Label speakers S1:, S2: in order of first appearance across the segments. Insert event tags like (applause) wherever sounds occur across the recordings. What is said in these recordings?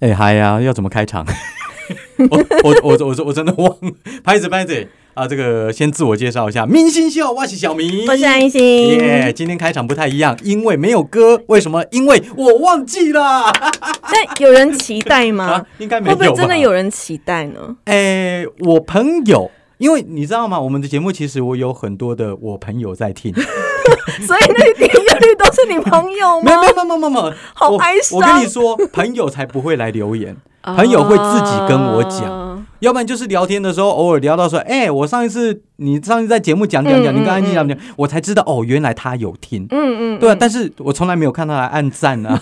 S1: 哎嗨呀，要怎么开场？ (laughs) 我我我我我真的忘了，拍子拍子啊！这个先自我介绍一下，明星秀，我是小明，
S2: 我是安心。
S1: 耶今天开场不太一样，因为没有歌，为什么？因为我忘记了 (laughs)
S2: 但有人期待吗？
S1: 啊，应该没
S2: 会
S1: 有
S2: 不会真
S1: 吧
S2: 的有人期待呢？ (laughs)
S1: 哎，我朋友，因为你知道吗？我们的节目其实我有很多的我朋友在
S2: (laughs)
S1: 听，
S2: 所以那些点阅率都是你朋友
S1: 没有
S2: 吗
S1: 没？有没有没有没有，
S2: 好
S1: 我
S2: 哀
S1: 我跟
S2: 伤
S1: 你说，朋友才不会来留言，朋友会自己跟我讲。
S2: 啊
S1: 要不然就是聊天的时候偶尔聊到说，哎、我上一次你上一次在节目讲讲讲，
S2: 嗯
S1: 你跟安静
S2: 嗯
S1: 讲讲，我才知道哦，原来他有听。
S2: 嗯嗯，
S1: 对啊，但是我从来没有看到他按赞
S2: (laughs)
S1: 啊，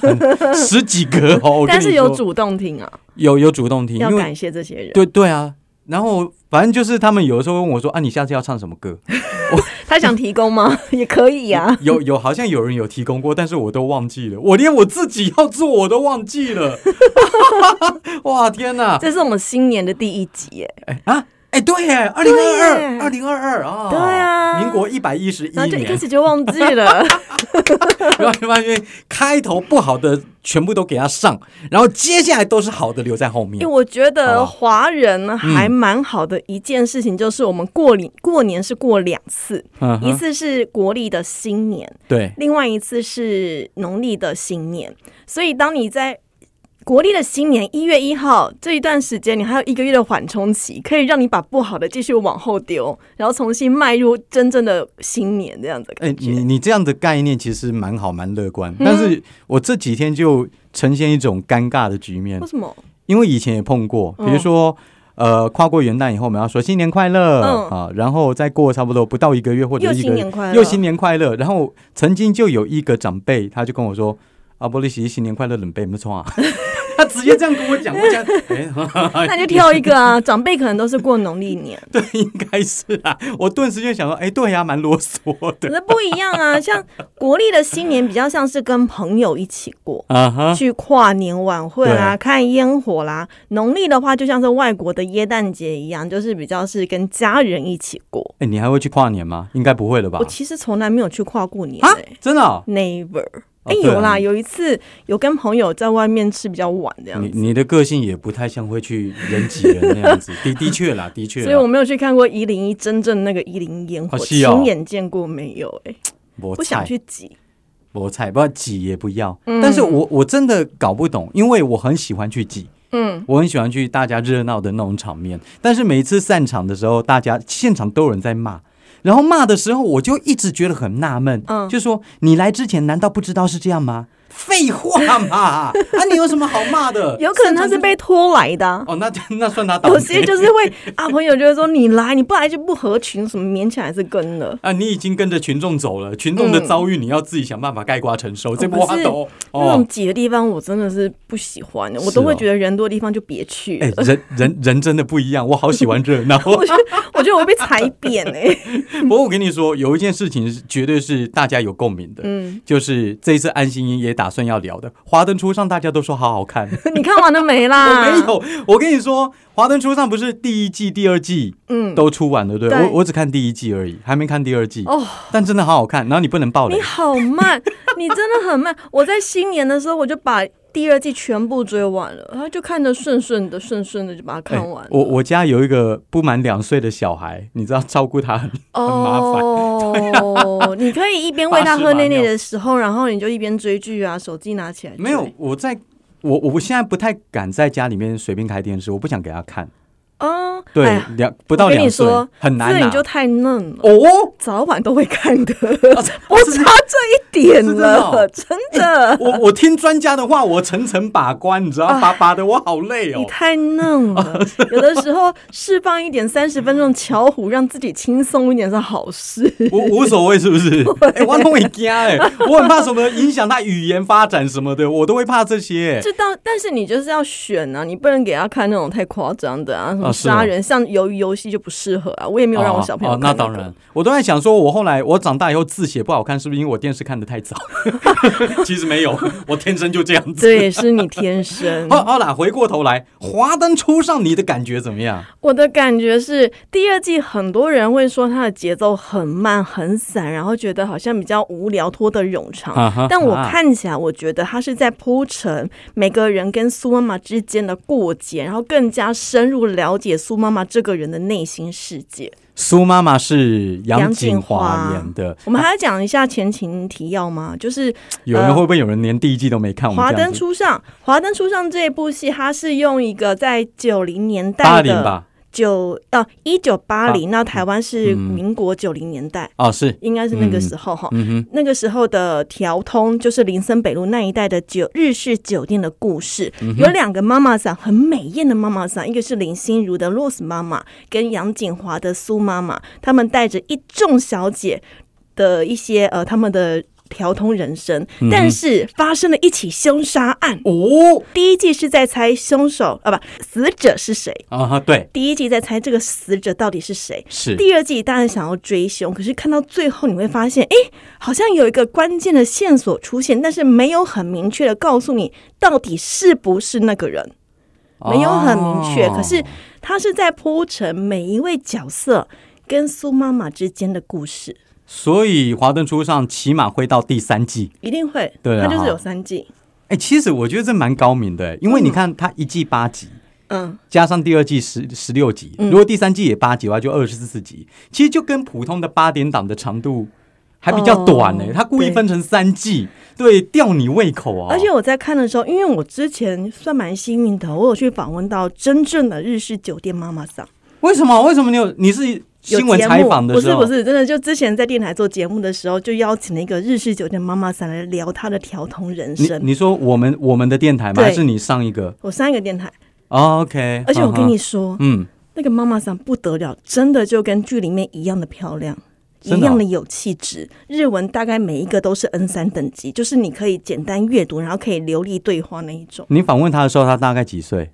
S1: 十几个哦。我跟
S2: 但
S1: 你
S2: 是有
S1: 说
S2: 主动听啊，
S1: 有有主动听，
S2: 要
S1: 因为
S2: 感谢这些人。
S1: 对对啊，然后反正就是他们有的时候问我说啊，你下次要唱什么歌？
S2: 他想提供吗？ (laughs) 也可以啊。
S1: 有有好像有人有提供过，但是我都忘记了，我连我自己要做我都忘记
S2: (laughs)
S1: 了。哇天哪！
S2: 这是我们新年的第一集耶，
S1: 哎啊，哎对耶，二零
S2: 对
S1: 二二
S2: 耶
S1: 二零二二啊，
S2: 对啊
S1: 民国一百一十一
S2: 然后就一开
S1: 年，
S2: 始就忘记
S1: (laughs)
S2: 了，
S1: 然后就发现开头不好的全部都给他上，然后接下来都是好的留在后
S2: 因为
S1: 面。
S2: 我觉
S1: 好
S2: 得
S1: 吧
S2: 华人还蛮好的一件事情，就是我们过年过年是过两次，
S1: 嗯
S2: 一
S1: 哼，
S2: 次是国历的新年，
S1: 对，
S2: 另外一次是农历的新年，所以当你在国历的新年一月一号这一段时间，你还有一个月的缓冲期，可以让你把不好的继续往后丢，然后重新迈入真正的新年这样子的
S1: 哎、
S2: 感觉。
S1: 你你这样的概念其实蛮好，蛮乐
S2: 嗯
S1: 观。但是我这几天就呈现一种尴尬的局面
S2: 为，什么？
S1: 因为以前也碰过，比
S2: 嗯
S1: 如说。呃，跨过元旦以后，我们要说新年快乐、
S2: 嗯
S1: 啊，然后再过差不多不到一个月或者
S2: 又
S1: 一个
S2: 新
S1: 月
S2: 年快乐，
S1: 又新年快乐。然后曾经就有一个长辈，他就跟我说：“啊阿波利西新年快乐，冷杯没错
S2: (laughs)
S1: 啊。”他直接这样跟我讲，我讲， (laughs) 哎，
S2: (laughs) 那就挑一个啊！长辈可能都是过农历年，
S1: (laughs) 对，应该是啊。我顿时就想说，哎，对呀、蛮啰嗦
S2: (laughs) 可
S1: 的
S2: 是不一样啊。像国历的新年比较像是跟朋友一起过，
S1: 啊哈。
S2: 去跨年晚会啦、
S1: 对
S2: 看烟火啦。农历的话，就像是外国的耶诞节一样，就是比较是跟家人一起过。
S1: 哎，你还会去跨年吗？应该不会了吧
S2: 我？其实从来没有去跨过年、
S1: 啊
S2: 欸，
S1: 真的、哦？
S2: n e v e r
S1: 哦
S2: 哎、
S1: 对啊
S2: 有啦，有一次有跟朋友在外面吃比较晚这样
S1: 你
S2: 子，
S1: 你的个性也不太像会去人挤人那样子，的的确啦，的确啦。
S2: 所以我没有去看过一零一真正那个一零烟火，
S1: 啊哦是哦
S2: 亲眼见过没有、欸？哎，
S1: 我
S2: 不想去挤。
S1: 我菜，不要挤也不要。
S2: 嗯
S1: 但是我我真的搞不懂，因为我很喜欢去挤，
S2: 嗯，
S1: 我很喜欢去大家热闹的那种场面。但是每一次散场的时候，大家现场都有人在骂。然后骂的时候，我就一直觉得很纳闷，
S2: 嗯
S1: 就说你来之前难道不知道是这样吗？废话嘛，啊，你有什么好骂的？
S2: 有可能他是被拖来的啊、
S1: 哦，那那算他倒霉。
S2: 有
S1: (laughs)
S2: 些就是会啊，朋友就会说你来，你不来就不合群，什么勉强还是跟了。
S1: 啊，你已经跟着群众走了，群众的遭遇你要自己想办法盖瓜承受，这不
S2: 嗯不
S1: 花
S2: 是
S1: 斗
S2: 那
S1: 哦
S2: 种。挤的地方我真的是不喜欢的，我
S1: 是哦
S2: 都会觉得人多的地方就别去
S1: 哎
S2: 了。，
S1: 人人人真的不一样，我好喜欢热闹。
S2: (laughs) 我觉得 (laughs) 我觉得我会被踩扁哎、 (laughs)
S1: 不过我跟你说，有一件事情是绝对是大家有共鸣的，
S2: 嗯，
S1: 就是这一次安心也打算要聊的《华灯初上》，大家都说好好看。
S2: 你看完了没啦？
S1: (laughs) 我没。有，我跟你说，《华灯初上》不是第一季、第二季
S2: 嗯，
S1: 都出完了，对不对？
S2: 对
S1: 我我只看第一季而已，还没看第二季。
S2: 哦，
S1: 但真的好好看，然后你不能爆雷哎
S2: 你。好慢，你真的很慢。我在新年的时候我就把第二季全部追完了，然后就看着顺顺的、顺顺的就把它看完了。
S1: 我我家有一个不满两岁的小孩，你知道照顾
S2: 哎
S1: 他很麻烦
S2: 哦，你可以一边喂他
S1: 八十
S2: 喝
S1: 八
S2: 奶奶
S1: 秒
S2: 的时候，然后你就一边追剧啊，手机拿起来追。
S1: 没有，我在我我我现在不太敢在家里面随便开电视，我不想给他看。
S2: 啊，哎
S1: 对
S2: 呀，
S1: 两不到
S2: 我跟
S1: 两
S2: 你
S1: 岁
S2: 说
S1: 很难
S2: 这
S1: 拿
S2: 你就太嫩了。
S1: 哦。
S2: 早晚都会看的，
S1: 啊这哦
S2: (laughs) 我差这一点了，真的。
S1: 我我听专家的话，我层层把关，你知道，把把的我好累
S2: 啊你
S1: 哦。
S2: 太嫩了，有的时候释放一点三十分钟巧虎，让自己轻松一点是好事。
S1: 我无所谓是不
S2: (laughs)
S1: 是？哎、我都会惊哎，我很怕什么影响他语言发展什么的，我都会怕这些。
S2: 这到，但是你就是要选啊，你不能给他看那种太夸张的啊，什
S1: 啊
S2: 么
S1: 是哦
S2: 杀人人像鱿鱼游戏就不适合啊，我也没有让我小朋友
S1: 哦哦
S2: 看、
S1: 那当然，，我都在想说，我后来我长大以后字写不好看，是不是因为我电视看的太早？ (laughs) 其实没有，我天生就这样子。
S2: 对，是你天生。
S1: 好，好啦，回过头来，《华灯初上》你的感觉怎么样？
S2: 我的感觉是，第二季很多人会说它的节奏很慢、很散，然后觉得好像比较无聊、拖得冗长。
S1: 啊哈
S2: 但我
S1: 啊
S2: 看起来，我觉得它是在铺陈每个人跟苏妈妈之间的过节，然后更加深入了解苏妈妈这个人的内心世界。
S1: 苏妈妈是杨
S2: 杨
S1: 锦
S2: 锦
S1: 华
S2: 华
S1: 演的，
S2: 我们还要讲一下前情提要吗？就是
S1: 有人会不会有人连第一季都没看？我
S2: 《
S1: 们
S2: 呃华
S1: 这样
S2: 灯
S1: 子
S2: 初上》，《华灯初上》这一部戏，它是用一个在九零年
S1: 八
S2: 代
S1: 零
S2: 的
S1: 吧？
S2: 九呃一九八零，那台湾是
S1: 嗯
S2: 民国九零年代。
S1: 哦，是，
S2: 应该是那个时候哈。
S1: 嗯哼，
S2: 那个时候的调通就是林森北路那一带的酒日式酒店的故事，
S1: 嗯
S2: 有两个妈妈桑，很美艳的妈妈桑，一个是林心如的 Rose 妈妈，跟杨锦华的苏妈妈，她们带着一众小姐的一些呃他们的调通人生，
S1: 嗯
S2: 但是发生了一起凶杀案。
S1: 哦，
S2: 第一季是在猜凶手啊，不，死者是谁？
S1: 啊哈，对，
S2: 第一季在猜这个死者到底是谁，
S1: 是，
S2: 第二季当然想要追凶，可是看到最后你会发现，哎，好像有一个关键的线索出现，但是没有很明确的告诉你到底是不是那个人，没有很明确。
S1: 哦
S2: 可是他是在铺陈每一位角色跟苏妈妈之间的故事，
S1: 所以《华灯初上》起码会到第三季。
S2: 一定会，
S1: 对啊
S2: 他就是有三季，
S1: 哎，其实我觉得这蛮高明的，因为你看它一季八集。
S2: 嗯，
S1: 加上第二季十十六集，如果第三季也八集的话，就二十四集。其实就跟普通的八点档的长度还比较短呢、
S2: 哦
S1: 他故意
S2: 对
S1: 分成三季，对，吊你胃口哦。
S2: 而且我在看的时候，因为我之前算蛮幸运的，我有去访问到真正的日式酒店妈妈桑。
S1: 为什么？为什么你有你是
S2: 有
S1: 新闻
S2: 节
S1: 采
S2: 目
S1: 访的
S2: 不
S1: 时
S2: 是
S1: 候？
S2: 不是，真的就之前在电台做节目的时候，就邀请了一个日式酒店妈妈桑来聊她的调童人生。
S1: 你你说我们我们的电台吗？
S2: 对
S1: 还是你上一个、
S2: 我上一个电台，
S1: 哦、？OK。
S2: 而且我跟
S1: 嗯
S2: 你说，
S1: 哼，嗯，
S2: 那个妈妈桑不得了，真的就跟剧里面一样的漂亮。一
S1: 真的哦
S2: 样的有气质，日文大概每一个都是 N 三等级，就是你可以简单阅读，然后可以流利对话那一种。
S1: 你访问他的时候，他大概几岁？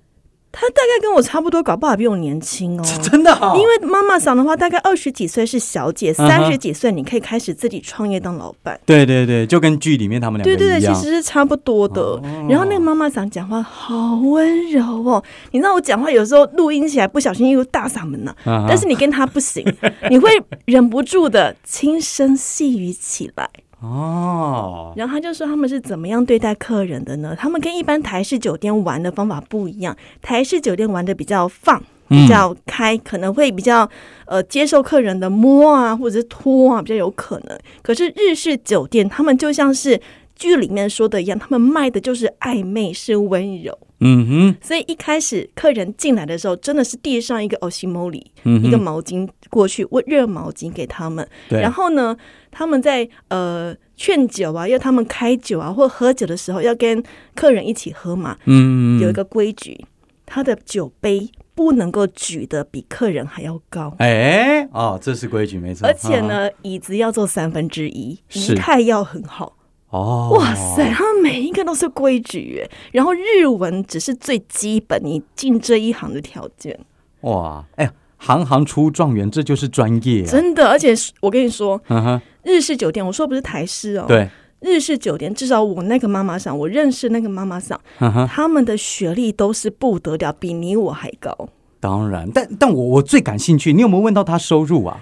S2: 她大概跟我差不多，搞不好比我年轻哦。
S1: (laughs) 真的啊好
S2: 因为妈妈桑的话，大概二十几岁是小姐，
S1: 嗯哼
S2: 三十几岁你可以开始自己创业当老板。
S1: 对对对，就跟剧里面他们两
S2: 对
S1: 个
S2: 对对，
S1: 人一
S2: 其
S1: 样。哦
S2: 实是差不多的。然后那个妈妈桑讲话好温柔哦，你知道我讲话有时候录音起来不小心又大嗓门了、
S1: 啊哈
S2: 但是你跟她不行， (laughs) 你会忍不住的轻声细语起来。
S1: 哦，
S2: 然后他就说他们是怎么样对待客人的呢？他们跟一般台式酒店玩的方法不一样，台式酒店玩的比较放。
S1: 嗯
S2: 比较开，可能会比较呃接受客人的摸啊，或者是拖啊，比较有可能。可是日式酒店，他们就像是剧里面说的一样，他们卖的就是暧昧，是温柔。
S1: 嗯哼，
S2: 所以一开始客人进来的时候，真的是递上一个 o s h i m o l i
S1: 嗯
S2: 一个
S1: 哼，
S2: 毛巾过去，温热毛巾给他们。
S1: 对，
S2: 然后呢，他们在呃劝酒啊，要他们开酒啊，或喝酒的时候，要跟客人一起喝嘛，
S1: 嗯，
S2: 有一个规矩，他的酒杯不能够举得比客人还要高。
S1: 哎，哦，这是规矩，没错。
S2: 而且
S1: 啊，
S2: 呢，椅子要做三分之一，
S1: 是
S2: 仪态要很好。
S1: 哦，
S2: 哇塞，，他们每一个都是规矩耶。然后日文只是最基本，你进这一行的条件。
S1: 哇，哎，行行出状元，这就是专业、啊。
S2: 真的，而且是我跟你说，
S1: 嗯哼，
S2: 日式酒店，我说不是台式哦，
S1: 对，
S2: 日式酒店，至少我那个妈妈桑，我认识那个妈妈桑，
S1: 嗯哼，
S2: 他们的学历都是不得了，比你我还高。
S1: 当然，但但我我最感兴趣，你有没有问到他收入啊？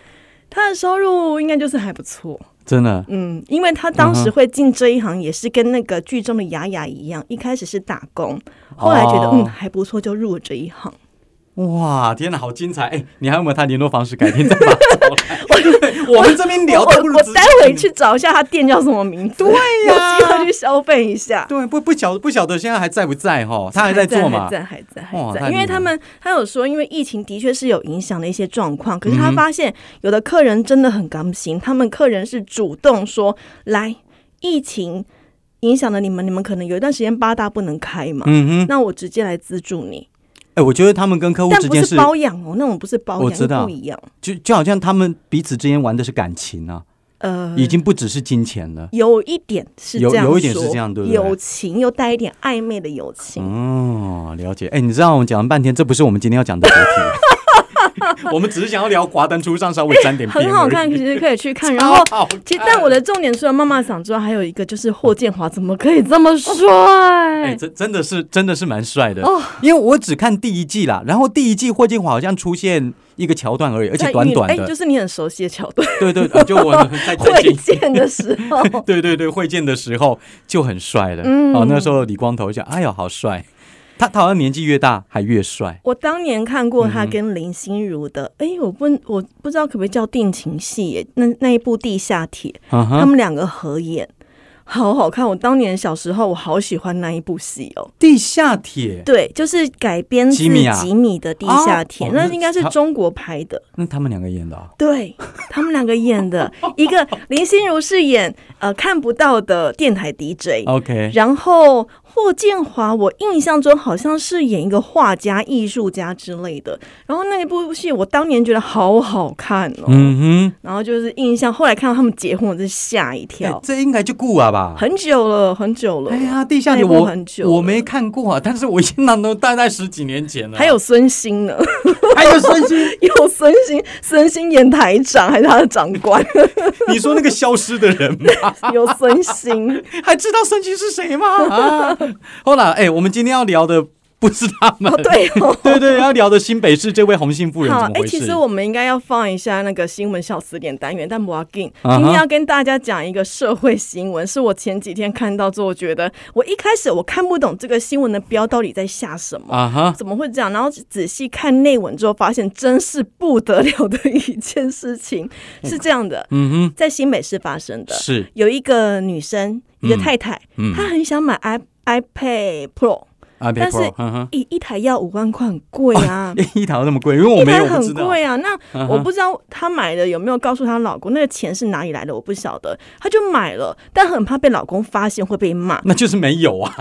S2: 他的收入应该就是还不错，
S1: 真的，
S2: 嗯，因为他当时会进这一行，也是跟那个剧中的雅雅一样，一开始是打工，后来觉得、
S1: 哦
S2: 嗯还不错，就入了这一
S1: (laughs)
S2: 行。
S1: 哇，天哪，好精彩！哎，你还有没有他联络方式？改天再把他找
S2: (laughs)
S1: 来。我我们这边聊，
S2: 我
S1: 倒不如
S2: 我我
S1: 直接
S2: 待会去找一下他店叫什么名字，对
S1: 呀
S2: 有机会去消费一下。
S1: 对，不不晓不晓得现在还在不在哈？他还在做嘛
S2: 还？在还在还在，
S1: 哇
S2: 还
S1: 太
S2: 在
S1: 厉
S2: 因
S1: 害
S2: 为他们他有说，因为疫情的确是有影响的一些状况，可是
S1: 嗯
S2: 他发现有的客人真的很甘心，他们客人是主动说来，疫情影响了你们，你们可能有一段时间八大不能开嘛，
S1: 嗯哼，
S2: 那我直接来资助你，
S1: 哎，我觉得他们跟客户
S2: 但
S1: 之
S2: 不
S1: 间
S2: 是
S1: 是
S2: 包养哦，那种不是包
S1: 我
S2: 养，
S1: 知道
S2: 不一样，
S1: 就就好像他们彼此之间玩的是感情啊，
S2: 呃，
S1: 已经不只是金钱了。
S2: 有一点是
S1: 有
S2: 这样说，
S1: 有一点是这样对不对嗯
S2: 友情又带一点暧昧的友情，
S1: 哦，了解。哎，你知道我们讲了半天，这不是我们今天要讲的主题。
S2: (laughs)
S1: 我们只是想要聊华灯初上，稍微沾点边而已
S2: 很好看，其实可以去看。然后，
S1: 超好看
S2: 其实但我的重点除了妈妈嗓之外，还有一个就是霍建华怎么可以这么帅
S1: 哎，？真真的是真的是蛮帅的
S2: 哦，
S1: 因为我只看第一季啦，然后第一季霍建华好像出现一个桥段而已，而且
S2: 在
S1: 短
S2: 你
S1: 短
S2: 哎，
S1: 的，
S2: 就是你很熟悉的桥段，
S1: 对对，呃就我
S2: (laughs)
S1: 在在
S2: 会
S1: 进
S2: 见的时候，
S1: (laughs) 对对对，会见的时候就很帅了。
S2: 嗯
S1: 哦，那时候李光头就哎呦好帅，他他好像年纪越大还越帅。
S2: 我当年看过他
S1: 嗯
S2: 跟林心如的，哎、我不我不知道可不可以叫定情戏耶，那那一部《地下铁》，
S1: 嗯
S2: 他
S1: 哼，
S2: 们两个合演，好好看。我当年小时候，我好喜欢那一部戏哦。
S1: 地下铁，
S2: 对，就是改编自
S1: 吉米啊
S2: 吉米的《地下铁》
S1: 哦哦
S2: 那
S1: 那
S2: 应该是中国拍的。
S1: 那他们两个演的、哦。
S2: 对他们两个演
S1: (laughs)
S2: 的，一个林心如是演呃看不到的电台 DJ，、
S1: OK，
S2: 然后霍建华，我印象中好像是演一个画家、艺术家之类的。然后那一部戏，我当年觉得好好看哦。
S1: 嗯
S2: 然后就是印象，后来看到他们结婚，我真是吓一
S1: 哼，哎
S2: 跳。
S1: 这应该就顾啊吧。
S2: 很久了，很久了。
S1: 哎呀，地下铁
S2: 那一部
S1: 我
S2: 很久了
S1: 我没看过啊，但是我 (laughs) 印象都大概十几年前了。
S2: 还有孙兴呢， (laughs)
S1: 还有孙兴，
S2: 有孙兴，孙兴演台长还是他的长
S1: (laughs)
S2: 官，
S1: 你说那个消失的人吗？
S2: 有孙兴。
S1: 还知道孙兴是谁吗？啊、后来哎，我们今天要聊的不是他们，
S2: 哦， (laughs) 对哦。
S1: 对对，要聊的新北市这位红姓妇人
S2: 好哎
S1: 怎，么回事？
S2: 其实我们应该要放一下那个新闻小词典单元，但不要紧。
S1: 啊哈
S2: 今天要跟大家讲一个社会新闻，是我前几天看到之后，我觉得我一开始我看不懂这个新闻的标到底在下什么。
S1: 啊哈，
S2: 怎么会这样？然后仔细看内文之后，发现真是不得了的一件事情，是这样的，
S1: 嗯
S2: 在新北市发生的
S1: 哼，，是，
S2: 有一个女生，一个太太，
S1: 嗯
S2: 她很想买 i iPad Pro，
S1: 啊，
S2: 但是
S1: 嗯哼，哎
S2: 一一台要五万块，很贵
S1: (laughs)
S2: 啊。
S1: 一堂那么贵，因为我
S2: 一
S1: 没
S2: 台
S1: 有我不知
S2: 很
S1: 道，
S2: 贵啊，那
S1: 嗯哼
S2: 我不知道她买的有没有告诉她老公，那个钱是哪里来的，我不晓得，她就买了，但很怕被老公发现会被骂，
S1: 那就是没有啊，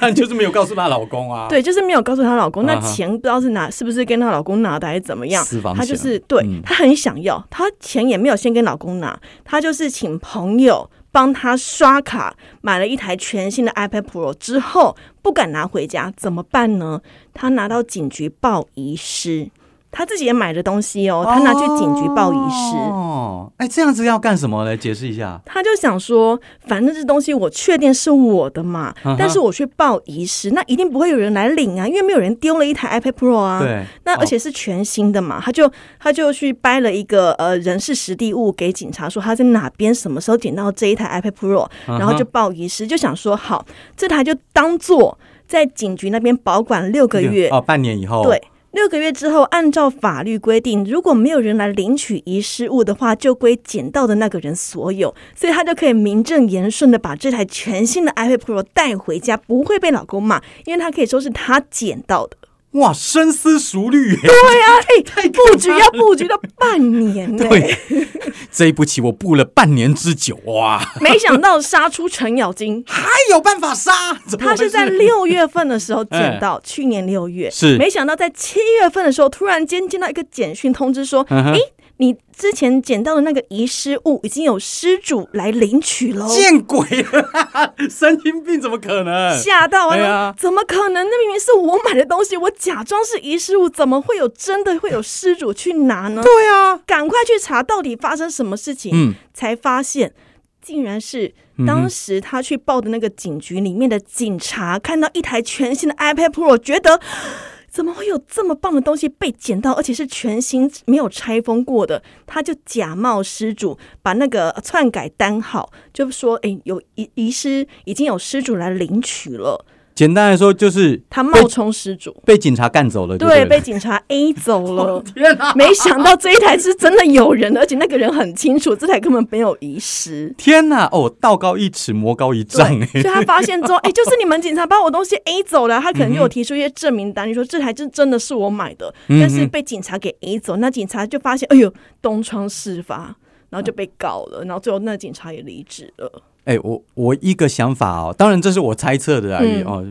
S1: 那就是没有告诉她老公啊，，
S2: (laughs) 对，就是没有告诉她老公，那
S1: 啊哈
S2: 钱不知道是哪，是不是跟她老公拿的还是怎么样，
S1: 私房
S2: 她
S1: 钱，
S2: 就是对
S1: 嗯
S2: 她很想要，她钱也没有先跟老公拿，她就是请朋友帮她刷卡买了一台全新的 iPad Pro 之后，不敢拿回家，怎么办呢？她拿到警局报遗失，她自己也买的东西哦，她拿去警局报遗失。
S1: 哦，哎，这样子要干什么？来解释一下，
S2: 她就想说，反正这东西我确定是我的嘛，
S1: 嗯哼
S2: 但是我去报遗失，那一定不会有人来领啊，因为没有人丢了一台 iPad Pro 啊。
S1: 对，
S2: 那
S1: 哦
S2: 而且是全新的嘛，他就他就去掰了一个呃人事实地物给警察，说他在哪边什么时候捡到这一台 iPad Pro，、
S1: 嗯哼
S2: 然后就报遗失，就想说好，这台就当做在警局那边保管六个月，
S1: 哦，半年以后，
S2: 对。六个月之后，按照法律规定，如果没有人来领取遗失物的话，就归捡到的那个人所有，所以他就可以名正言顺的把这台全新的 iPad Pro 带回家，不会被老公骂，因为他可以说是他捡到的。
S1: 哇，深思熟虑，哎
S2: 哎、
S1: 太可
S2: 布局
S1: 怕
S2: 要
S1: 了
S2: 布局到半
S1: (laughs)
S2: 年呢、
S1: 对，这一步棋我布了半年之久啊哇，
S2: 没想到杀出程咬金。
S1: 还有办法杀？怎么
S2: (laughs) 他是
S1: 回事
S2: 在六月份的时候
S1: (laughs)
S2: 捡到，去年六月
S1: 哎是
S2: 没想到在七月份的时候，突然间接到一个简讯通知说，
S1: 嗯哼
S2: 诶，你之前捡到的那个遗失物已经有失主来领取喽。
S1: (laughs) 见鬼了，神经病怎么可能？
S2: 吓到
S1: 哎
S2: 啊
S1: 呀！
S2: 怎么可能？那明明是我买的东西，我假装是遗失物，怎么会有真的会有失主去拿呢？
S1: 对啊，
S2: 赶快去查到底发生什么事情，
S1: 嗯
S2: 才发现竟然是当时他去报的那个警局里面的警察，看到一台全新的 iPad Pro，觉得。怎么会有这么棒的东西被捡到，而且是全新没有拆封过的？他就假冒失主，把那个篡改单号，就说：“哎，有遗遗失，已经有失主来领取了。
S1: 简单来说就是”
S2: 他冒充失主，
S1: 被警察干走了就
S2: 对，
S1: 了
S2: 被警察 A
S1: (laughs)
S2: 走了。
S1: 天啊！
S2: 没想到这一台是真的有人的，而且那个人很清楚，这台根本没有
S1: (laughs)
S2: 遗失。
S1: 天呐！哦，道高一尺，魔高一丈
S2: 对，所
S1: (laughs) 哎。
S2: 以他发现之后，哎、就是你们警察把我东西 A 走了，他可
S1: 嗯
S2: 能就有提出一些证明单据，说这台真真的是我买的，但是被警察给 A 走，那警察就发现，哎呦，东窗事发，然后就被告了，然后最后那警察也离职了。
S1: 哎，我我一个想法哦，当然这是我猜测的而已、
S2: 嗯
S1: 哦。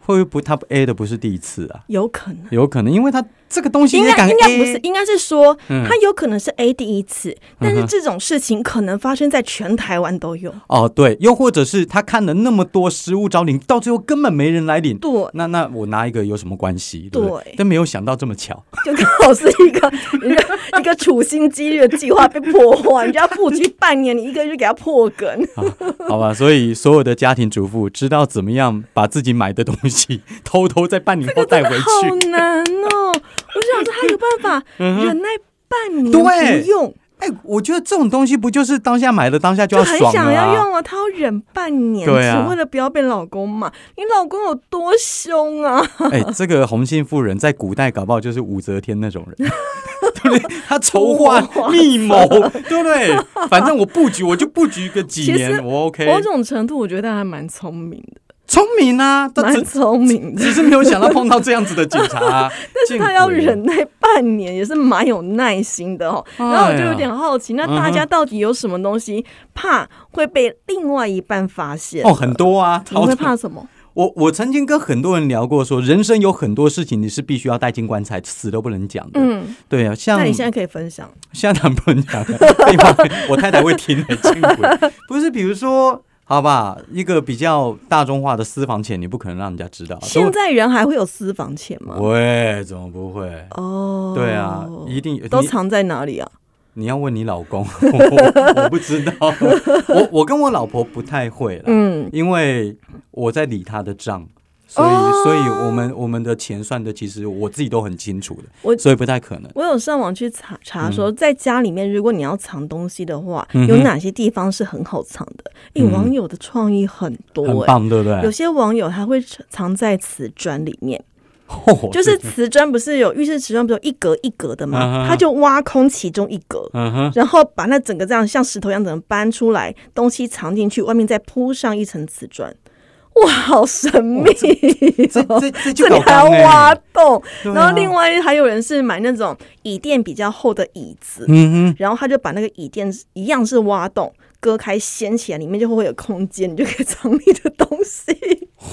S1: 会不会不他 A 的不是第一次啊？
S2: 有可能。
S1: 有可能，因为他这个东西
S2: 应
S1: 也
S2: 该
S1: 敢 A，
S2: 应该不是，应该是说
S1: 嗯
S2: 他有可能是 A 第一次，但
S1: 嗯
S2: 是
S1: 哼
S2: 这种事情可能发生在全台湾都有。
S1: 哦，对，又或者是他看了那么多失物招领，到最后根本没人来领。
S2: 对，
S1: 那那我拿一个有什么关系？对不对
S2: 对
S1: 但没有想到这么巧，
S2: 就 (laughs) 刚好是一个一个一个处心积虑的计划被破坏，人家布局半年，你一个月就给他破梗。
S1: (laughs) 好吧？所以所有的家庭主妇知道怎么样把自己买的东西偷偷在半年后带回
S2: 好
S1: 去。
S2: 难哦！我想说他有办法忍耐半年
S1: 对
S2: 不用，
S1: 哎，我觉得这种东西不就是当下买了，当下就
S2: 就
S1: 要
S2: 很
S1: 爽
S2: 想
S1: 了、
S2: 要
S1: 啊？
S2: 用啊，他要忍半年，
S1: 对啊
S2: 只为了不要被老公骂。你老公有多凶啊？
S1: 哎，这个红杏妇人在古代搞不好就是武则天那种人， (laughs) 对不对？他筹划
S2: 哇
S1: 密谋，对不 (laughs) 对？反正我布局，我就布局个几
S2: 其实
S1: 年，我 OK。
S2: 某种程度，我觉得他还蛮聪明
S1: 聪明啊，
S2: 的，
S1: 他只
S2: 蛮聪明的。
S1: 只是没有想到碰到这样子的警察、啊 (laughs) 但
S2: 但是他要忍。耐半年，也是蛮有耐心的哦。
S1: 哎呀
S2: 然后我就有点好奇，那大
S1: 嗯
S2: 家到底有什么东西怕会被另外一半发现？
S1: 哦，很多啊，
S2: 你会怕什么？
S1: 我我曾经跟很多人聊过说人生有很多事情你是必须要带进棺材，死都不能讲的。
S2: 嗯，
S1: 对啊，像
S2: 那你现在可以分享。
S1: 现在男朋友讲的，废话我太太会听很清
S2: (laughs)
S1: 楚。不是，比如说，好吧，一个比较大众化的私房钱，你不可能让人家知道。
S2: 现在人还会有私房钱吗？
S1: 喂，怎么不会？
S2: 哦，
S1: 对啊，一定
S2: 都
S1: 你
S2: 藏在哪里啊？
S1: 你要问你老
S2: (laughs)
S1: 公，我我不知道，我我跟我老婆不太会了，
S2: 嗯，
S1: 因为我在理她的账，所以、
S2: 哦
S1: 所以我们我们的钱算的其实我自己都很清楚的，
S2: 我
S1: 所以不太可能。
S2: 我有上网去查查说，在家里面如果你要藏东西的话，
S1: 嗯嗯哼
S2: 有哪些地方是很好藏的？诶，
S1: 嗯
S2: 网友的创意很
S1: 很
S2: 多哎、
S1: 棒，对不对
S2: 有？些网友他会藏在瓷砖里面，
S1: 哦
S2: 就是
S1: 这
S2: 瓷砖不是有浴室瓷砖不是有一格一格的
S1: 嗯
S2: 吗？
S1: 哼
S2: 他就挖空其中一格，
S1: 嗯
S2: (laughs)
S1: 哼，
S2: 然后把那整个这样像石头一样整个搬出来，东西藏进去，外面再铺上一层瓷砖。哇，好神秘！
S1: 这这这就
S2: (laughs) 这
S1: 搞
S2: 里还要
S1: 纲欸
S2: 挖，洞，
S1: 对啊
S2: 然后另外还有人是买那种椅垫比较厚的椅子，
S1: 嗯哼，
S2: 然后他就把那个椅垫一样是挖洞。割开掀起来，里面就会有空间，你就可以藏你的东
S1: (laughs)
S2: 西，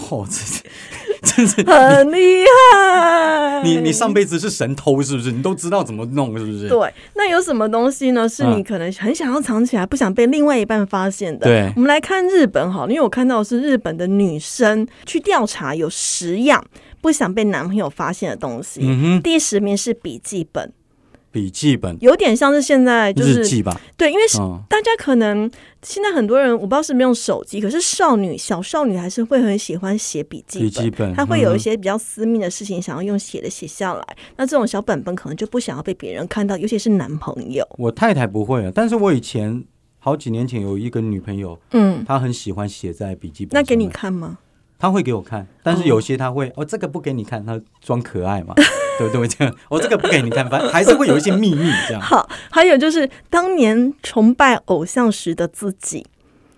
S1: 哦，这这真是
S2: 很厉害。
S1: 你你上辈子是神偷是不是？你都知道怎么弄是不是？
S2: 哎对，那有什么东西呢？是
S1: 嗯
S2: 你可能很想要藏起来，不想被另外一半发现的。
S1: 对
S2: 我们来看日本好了，因为我看到的是日本的女生去调查，有十样不想被男朋友发现的东西。
S1: 嗯哼，
S2: 第十名是笔记本，
S1: 笔记本、
S2: 有点像是现在就
S1: 日
S2: 是
S1: 记吧，
S2: 对，因为是
S1: 嗯，
S2: 大家可能现在很多人我不知道是不是用手机，可是少女小少女还是会很喜欢写笔记
S1: 笔
S2: 本，
S1: 记本，
S2: 她会有一
S1: 嗯
S2: 些比较私密的事情想要用写的写下来。那这种小本本可能就不想要被别人看到，尤其是男朋友。
S1: 我太太不会啊，但是我以前好几年前有一个女朋友，
S2: 嗯，
S1: 她很喜欢写在笔记本。
S2: 那给你，看吗？
S1: 她会给我看，但是有些她会哦，这个不给你看，她装可爱
S2: (laughs)
S1: 嘛，对不对？这样，我、这个不给你看，反正还是会有一些秘密
S2: (laughs)
S1: 这样。
S2: 好，还有就是当年崇拜偶像时的自己，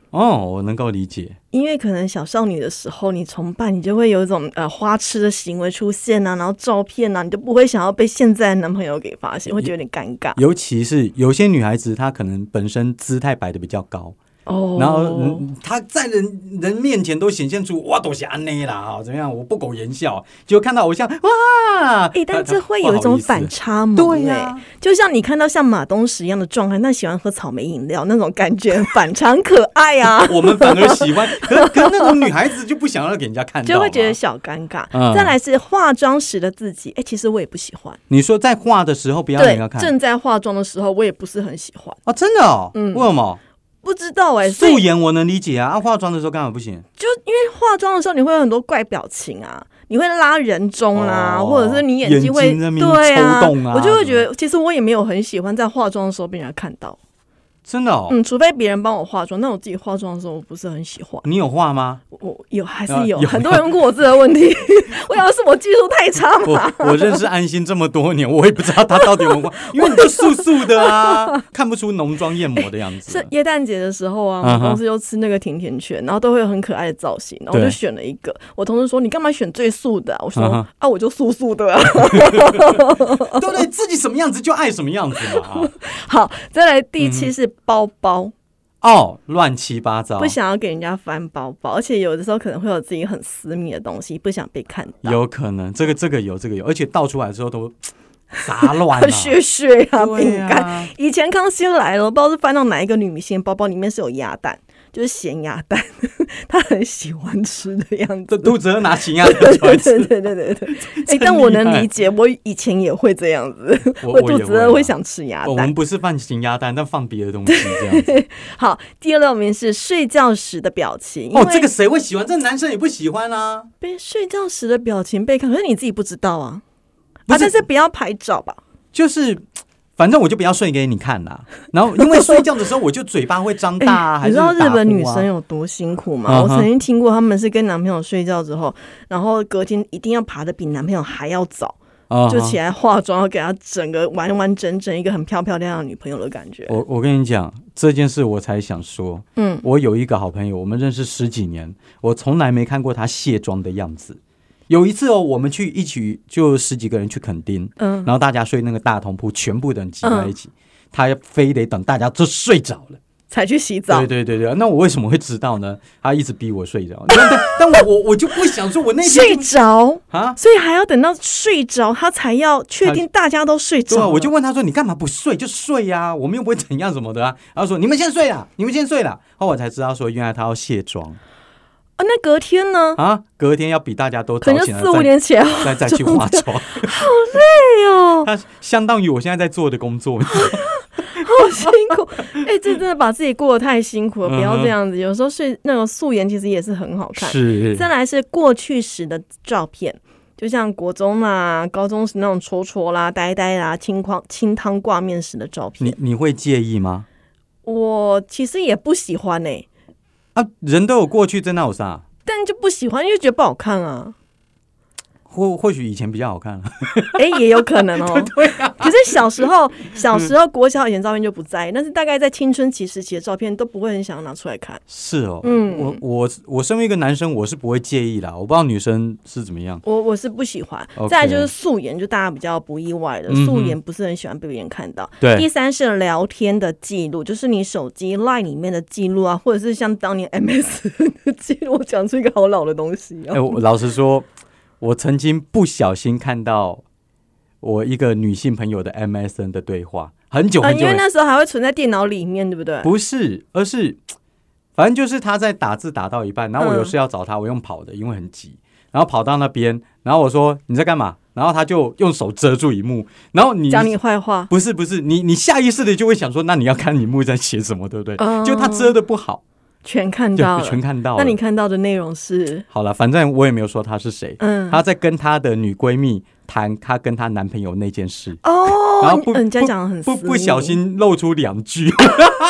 S1: 哦，我能够理解。
S2: 因为可能小少女的时候，你崇拜你就会有一种呃花痴的行为出现啊，然后照片啊，你就不会想要被现在的男朋友给发现，会觉得有点尴尬
S1: 尤其是有些女孩子，她可能本身姿态摆的比较高，
S2: 哦。
S1: 然后、嗯、她在人人面前都显现出哇都是安内啦，啊，怎么样？我不苟言笑，就看到偶像哇，
S2: 哎、但这会有
S1: 不
S2: 一
S1: 好
S2: 种
S1: 意思
S2: 反差萌、
S1: 对呀、
S2: 哎就像你看到像马东石一样的壮汉，但喜欢喝草莓饮料那种感觉，反常可爱啊。
S1: (laughs) 我们反而喜欢，可可那种女孩子就不想要给人家看到嘛，
S2: 就会觉得小尴尬，
S1: 嗯
S2: 再来是化妆时的自己，哎、其实我也不喜欢。
S1: 你说在画的时候不要给
S2: 对
S1: 人家，看
S2: 正在化妆的时候，我也不是很喜欢。
S1: 哦，真的哦，
S2: 嗯
S1: 为什么？
S2: 不知道哎、所
S1: 素
S2: 以
S1: 颜我能理解啊，啊化妆的时候干嘛不行？
S2: 就因为化妆的时候，你会有很多怪表情啊，你会拉人中啦、
S1: 哦
S2: 或者是你睛会
S1: 眼睛在那边
S2: 对啊
S1: 抽动啊
S2: 我就会觉得，其实我也没有很喜欢在化妆的时候被人家看到。
S1: 真的哦，
S2: 嗯，除非别人帮我化妆，那我自己化妆的时候，我不是很喜欢。
S1: 你有画吗？
S2: 我我有还是
S1: 啊
S2: 有，
S1: 有
S2: 很多人问过我这个问题， (laughs) 我想是我技术
S1: (laughs)
S2: 太差嘛。
S1: 我我认识安心这么多年，我也不知道她到底有
S2: (laughs)
S1: 没有画，因为你就素素的啊，看不出浓妆艳抹的样子啊
S2: 是。耶诞节的时候啊，我
S1: 嗯
S2: 们
S1: 哼
S2: 公司就吃那个甜甜圈，然后都会有很可爱的造型，然后我
S1: 对
S2: 就选了一个。我同事说：“你干嘛选最素的啊、我说：“
S1: 嗯哼
S2: 啊，我就素素的、啊。 (laughs) 哦
S1: 对不对？
S2: (laughs)
S1: 自己什么样子就爱什么样子嘛。啊
S2: 好，再来第七是包包，
S1: 哦，乱七八糟
S2: 不，想要给人家翻包包，而且有的时候可能会有自己很私密的东西，不想被看到，
S1: 有可能这个这个有这个有，而且倒出来之后
S2: (laughs)
S1: 都杂乱了、
S2: 有血血啊、饼
S1: 对
S2: 干。
S1: 啊，
S2: 以前康熙来了，不知道是翻到哪一个女明星的包包，里面是有鸭蛋，就是咸鸭蛋， (laughs) 她很喜欢吃的样
S1: 这
S2: 子。
S1: 肚子饿拿起鸭子
S2: 对
S1: 就会
S2: 对 (laughs)
S1: 吃
S2: 对对对对
S1: (laughs)
S2: 对，哎、但我能理解，我以前也会这样子，
S1: 我
S2: (laughs) 我
S1: 我
S2: 肚
S1: 也
S2: 子饿
S1: 啊
S2: 会想吃鸭
S1: 我
S2: 蛋
S1: 们。不是放咸鸭蛋，但放别的东西这样子。
S2: 好，第六名是睡觉时的表 (laughs) 情，因
S1: 哦，这
S2: 为
S1: 个谁会喜欢？这男生也不喜欢啊。
S2: 被睡觉时的表情被看，可是你自己不知道啊。
S1: 不
S2: 啊，
S1: 是
S2: 但是不要拍照吧。
S1: 就是，反正我就不要睡给你看啦。然后因为睡觉的时候，我就嘴巴会张大、啊，
S2: (laughs)
S1: 还
S2: 哎
S1: 是
S2: 你知道
S1: 打
S2: 日
S1: 呼啊
S2: 本女生有多辛苦吗？
S1: 嗯
S2: 我
S1: 哼
S2: 曾经听过，她们是跟男朋友睡觉之后，然后隔天一定要爬得比男朋友还要早，
S1: 啊
S2: 就起来化妆，要给她整个完完整整一个很漂漂亮亮的女朋友的感觉。
S1: 我我跟你讲这件事，我才想说，
S2: 嗯，
S1: 我有一个好朋友，我们认识十几年，我从来没看过她卸妆的样子。有一次哦，我们去一起就十几个人去垦丁，
S2: 嗯，
S1: 然后大家睡那个大同铺，全部的人挤在一起，她非得等大家都睡着了。
S2: 才去洗澡
S1: 对。对对对，那我为什么会知道呢？她一直逼我睡着，但但但我我我就不想说，我那
S2: 睡
S1: 天就
S2: 着，
S1: 啊，
S2: 所以还要等到睡着，她才要确定大家都睡着
S1: 对
S2: 了。
S1: 啊，我就问他说：“你干嘛不睡就睡呀、我们又不会怎样什么的啊。” (laughs) 然后说：“你们先睡啦，你们先睡啦。”后来我才知道说，原来他要卸妆
S2: 啊，那隔天呢？
S1: 啊，隔天要比大家都早
S2: 可能
S1: 起
S2: 就
S1: 来
S2: 四五
S1: 再
S2: 点起
S1: (laughs)
S2: 来。
S1: 再再去化妆。
S2: 哎
S1: (laughs)
S2: 呦，
S1: 他相当于我现在在做的工作，
S2: 好辛苦！哎、这真的把自己过得太辛苦了，不要
S1: 嗯哼
S2: 这样子。有时候睡那种素颜，其实也是很好看。
S1: 是
S2: 再来是过去时的照片，就像国中啦、高中时那种戳戳啦、呆呆啦、清光清汤挂面时的照
S1: 你
S2: 片，
S1: 你会介意吗？
S2: 我其实也不喜欢哎、
S1: 啊，人都有过去，真的有啥？
S2: 但就不喜欢，因为觉得不好看啊。
S1: 或或许以前比较好看，啊
S2: (laughs) 哎、也有可能哦。可是小时候，小时候国小以前照片就不在意，但是大概在青春期时期的照片都不会很想要拿出来看。
S1: (laughs) 是哦。
S2: 嗯
S1: 我我我身为一个男生，我是不会介意啦。我不知道女生是怎么样。
S2: 我我是不喜欢
S1: OK
S2: 再来就是素颜，就大家比较不意外的
S1: 嗯哼
S2: 素颜，不是很喜欢被别人看到。第
S1: 对，
S2: 三是聊天的记录，就是你手机 LINE 里面的记录啊，或者是像当年 MS (laughs) 的记录。我讲出一个好老的东西
S1: 哎、
S2: 哦， (laughs)
S1: 我老实说，我曾经不小心看到我一个女性朋友的 MSN 的对话，很久
S2: 啊，
S1: 很久
S2: 因为
S1: 很久，
S2: 那时候还会存在电脑里面，对不对？
S1: 不是，而是反正就是她在打字打到一半，然后我
S2: 嗯
S1: 有事要找她，我用跑的，因为很急，然后跑到那边，然后我说你在干嘛？然后她就用手遮住一幕，然后你
S2: 讲你坏话，
S1: 不是不是你你下意识的就会想说，那你要看荧幕在写什么，对不对？
S2: 嗯
S1: 就她遮的不好，
S2: 全看到
S1: 就
S2: 了。
S1: 全看到了。
S2: 那你看到的内容是，
S1: 好了，反正我也没有说她是谁，
S2: 嗯，
S1: 她在跟她的女闺蜜谈她跟她男朋友那件事，然
S2: 哦
S1: 后，不
S2: 嗯，你这样讲得很
S1: 不
S2: 私
S1: 不
S2: 密
S1: 小，心露出两句， (laughs)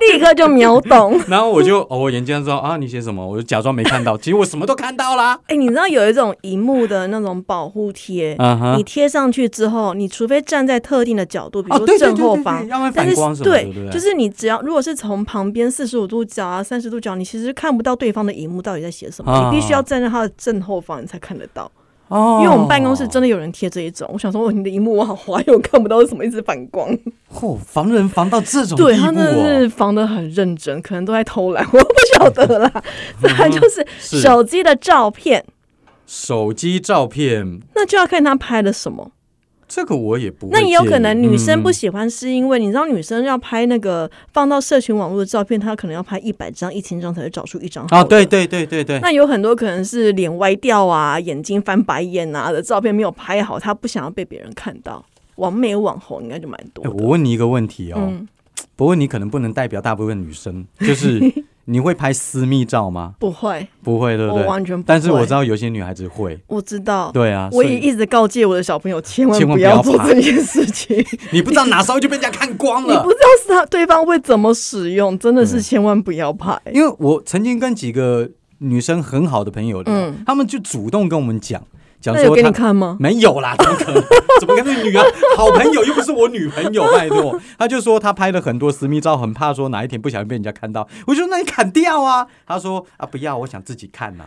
S2: 立刻就秒懂。
S1: 然后我就哦，我眼尖说啊，你写什么？我就假装没看到，其实我什么都看到啦。
S2: 哎、你知道有一种荧幕的那种保护贴，
S1: 嗯
S2: 你
S1: 哼，
S2: 贴上去之后，你除非站在特定的角度，比如
S1: 哦
S2: 说
S1: 对对
S2: 正
S1: 对
S2: 后
S1: 对
S2: 方，
S1: 对要不然
S2: 但
S1: 反光
S2: 是
S1: 什么的对不对
S2: 就是你只要如果是从旁边四十五度角啊、三十度角，你其实看不到对方的荧幕到底在写什么，
S1: 啊
S2: 你必须要站在他的正后方，你才看得到。
S1: 哦
S2: 因为我们办公室真的有人贴这一种，我想说，哦，你的荧幕我好滑，因为我看不到为什么一直反光。
S1: 嚯、哦防人防到这种地步
S2: 对他真的
S1: 哦，
S2: 是防的很认真，可能都在偷懒， (laughs) 我不晓得
S1: (laughs)
S2: 啦。再来就是
S1: 嗯是
S2: 手机的照片，
S1: 手机照片，
S2: 那就要看他拍的什么。
S1: 这个我也不会
S2: 那也有可能
S1: 介意
S2: 女生不
S1: 嗯
S2: 喜欢，是因为你知道女生要拍那个放到社群网络的照片，她可能要拍一百张、一千张才会找出一张好
S1: 啊，
S2: 的
S1: 对。对对对对，
S2: 那有很多可能是脸歪掉啊、眼睛翻白眼啊的照片没有拍好，她不想要被别人看到。网美网红应该就蛮多
S1: 哎
S2: 的。
S1: 我问你一个问题哦，
S2: 嗯，
S1: 不过你可能不能代表大部分女生，就是
S2: (laughs)
S1: 你会拍私密照吗？
S2: 不会，
S1: 不会，对不
S2: 我
S1: 对？
S2: 哦完全不会。
S1: 但是我知，道有些女孩子会，
S2: 我知道。
S1: 对啊，
S2: 我
S1: 所
S2: 也
S1: 以
S2: 一直告诫我的小朋友，千万
S1: 千万不
S2: 不
S1: 要
S2: 做
S1: 拍
S2: 这件
S1: (laughs)
S2: 事情。你
S1: 你不知道哪时候就被人家看光
S2: (laughs)
S1: 了
S2: 不。知道是他对方会怎么使用，真的是
S1: 嗯
S2: 千万不要拍。
S1: 因为我曾经跟几个女生很好的朋友聊，
S2: 嗯
S1: 她们就主动跟我们讲，讲
S2: 那
S1: 说
S2: 有给你
S1: 她
S2: 看吗？
S1: 没有啦，怎么可能？ (laughs) 怎么可能女啊？好朋友又不是我女朋友，拜
S2: (laughs)
S1: 托。她就说她拍了很多私密照，很怕说哪一天不小心被人家看到。我就说那你砍掉啊。她说啊不要，我想自己看呐、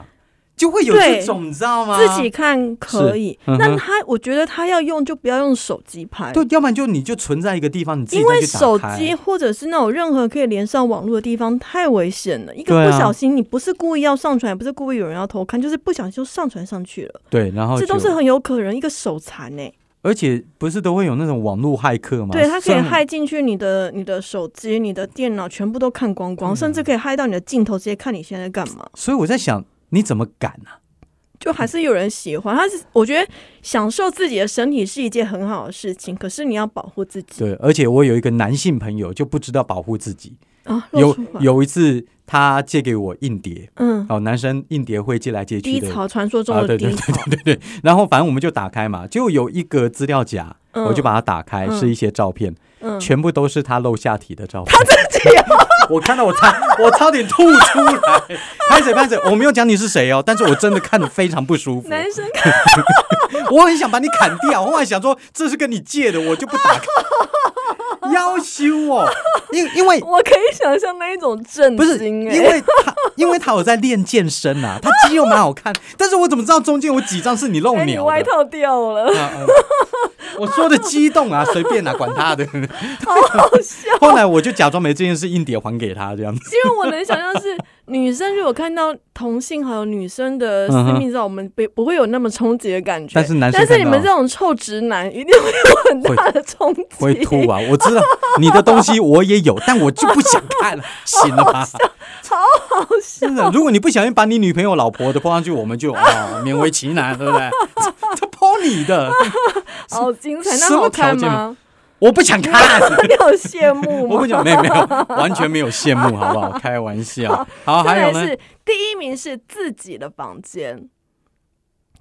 S1: 就会有
S2: 对
S1: 这种，你知道吗？
S2: 自己看可以。
S1: 是嗯哼
S2: 那他，我觉得他要用就不要用手机拍，
S1: 对，要不然就你就存在一个地方，你自己
S2: 因
S1: 再
S2: 为
S1: 去打
S2: 手
S1: 开
S2: 机或者是那种任何可以连上网络的地方太危险了。一
S1: 对
S2: 个
S1: 啊
S2: 不小心，你不是故意要上传，也不是故意有人要偷看，就是不小心就上传上去了，
S1: 对，然后
S2: 这都
S1: 就是
S2: 很有可能一个手残哎、
S1: 而且不是都会有那种网络骇客吗？
S2: 对，它可以
S1: 算
S2: 害进去你的、你的手机、你的电脑，全部都看光光，甚
S1: 嗯
S2: 至可以害到你的镜头，直接看你现在在干嘛。
S1: 所以我在想，你怎么敢啊？
S2: 就还是有人喜欢，他是我觉得享受自己的身体是一件很好的事情，可是你要保护自己
S1: 对，而且我有一个男性朋友就不知道保护自己，
S2: 啊。露
S1: 有
S2: 出来，
S1: 有一次他借给我硬碟，
S2: 嗯，
S1: 哦，男生硬碟会借来借
S2: 低
S1: 去的，
S2: 潮传说中
S1: 啊对
S2: 的
S1: 对
S2: 低潮，
S1: 然后反正我们就打开嘛，就有一个资料夹，
S2: 嗯
S1: 我就把它打开，
S2: 嗯
S1: 是一些照片，
S2: 嗯，
S1: 全部都是他露下体的照片。他自己， (laughs) 我看到我差我差点吐出
S2: (laughs)
S1: 来，拍谁拍谁，我没有讲你是谁哦，但是我真的看得非常不舒服，
S2: 男生
S1: (laughs) 我很想把你砍掉，我很想说这是跟你借的，我就不打开。
S2: (laughs)
S1: 要羞哦，因因为
S2: 我可以想象那一种震
S1: 不是
S2: 惊、
S1: 因
S2: 欸，
S1: 为他因为他有在练健身啊，他肌肉蛮好
S2: (laughs)
S1: 看，但是我怎么知道中间有几张是你露
S2: 哎、你
S1: 鸟
S2: 外
S1: 的？
S2: 套掉了，
S1: 啊啊我说的激动啊，随便啊，管他的。
S2: (laughs) 好好笑。
S1: (laughs) 后来我就假装没这件事，硬碟还给他这样子。
S2: 因为我能想象是女生如果看到同性还有女生的私密照，我们不不会有那么冲击的感
S1: 嗯
S2: 觉。
S1: 但是男生
S2: 但是你
S1: 看到
S2: 们这种臭直男一定会有很大的冲击。
S1: 会吐啊！我知道你的东西我也有，但我就不想看
S2: (laughs)
S1: 了，行了吧？
S2: 好笑
S1: 真的，如果你不小心把你女朋友、老婆的泼上去，我们就啊勉为其难，对不
S2: (laughs)
S1: 对？这这泼你的，
S2: 好精彩！那
S1: 什么
S2: 好看
S1: 条件
S2: 吗
S1: 吗？我不想看，
S2: (laughs) 你有羡慕
S1: 我
S2: 吗
S1: 不？想，没有没有，完全没有羡慕，好不好？开玩笑。
S2: (laughs)
S1: 好，啊还
S2: 再
S1: 有
S2: 来
S1: 呢？
S2: 是第一名是自己的房间，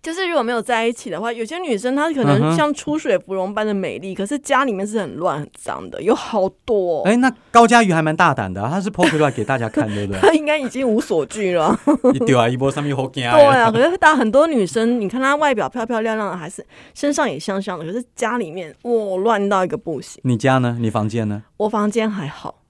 S2: 就是如果没有在一起的话，有些女生她可
S1: 嗯
S2: 能
S1: 哼
S2: 像出水芙蓉般的美丽，可是家里面是很乱很脏的，有好多、哦。
S1: 哎，那高佳瑜还蛮大胆的啊，她是泼出来给大家看，对
S2: (laughs)
S1: 不
S2: (laughs) 她应该已经无所惧了，
S1: 对？一丢啊，一波上面好惊。
S2: 对啊。可是大很多女生，你看她外表漂漂亮亮的，还是身上也香香的，可是家里面哇乱到一个不行。
S1: 你家呢？你房间呢？
S2: 我房间还好，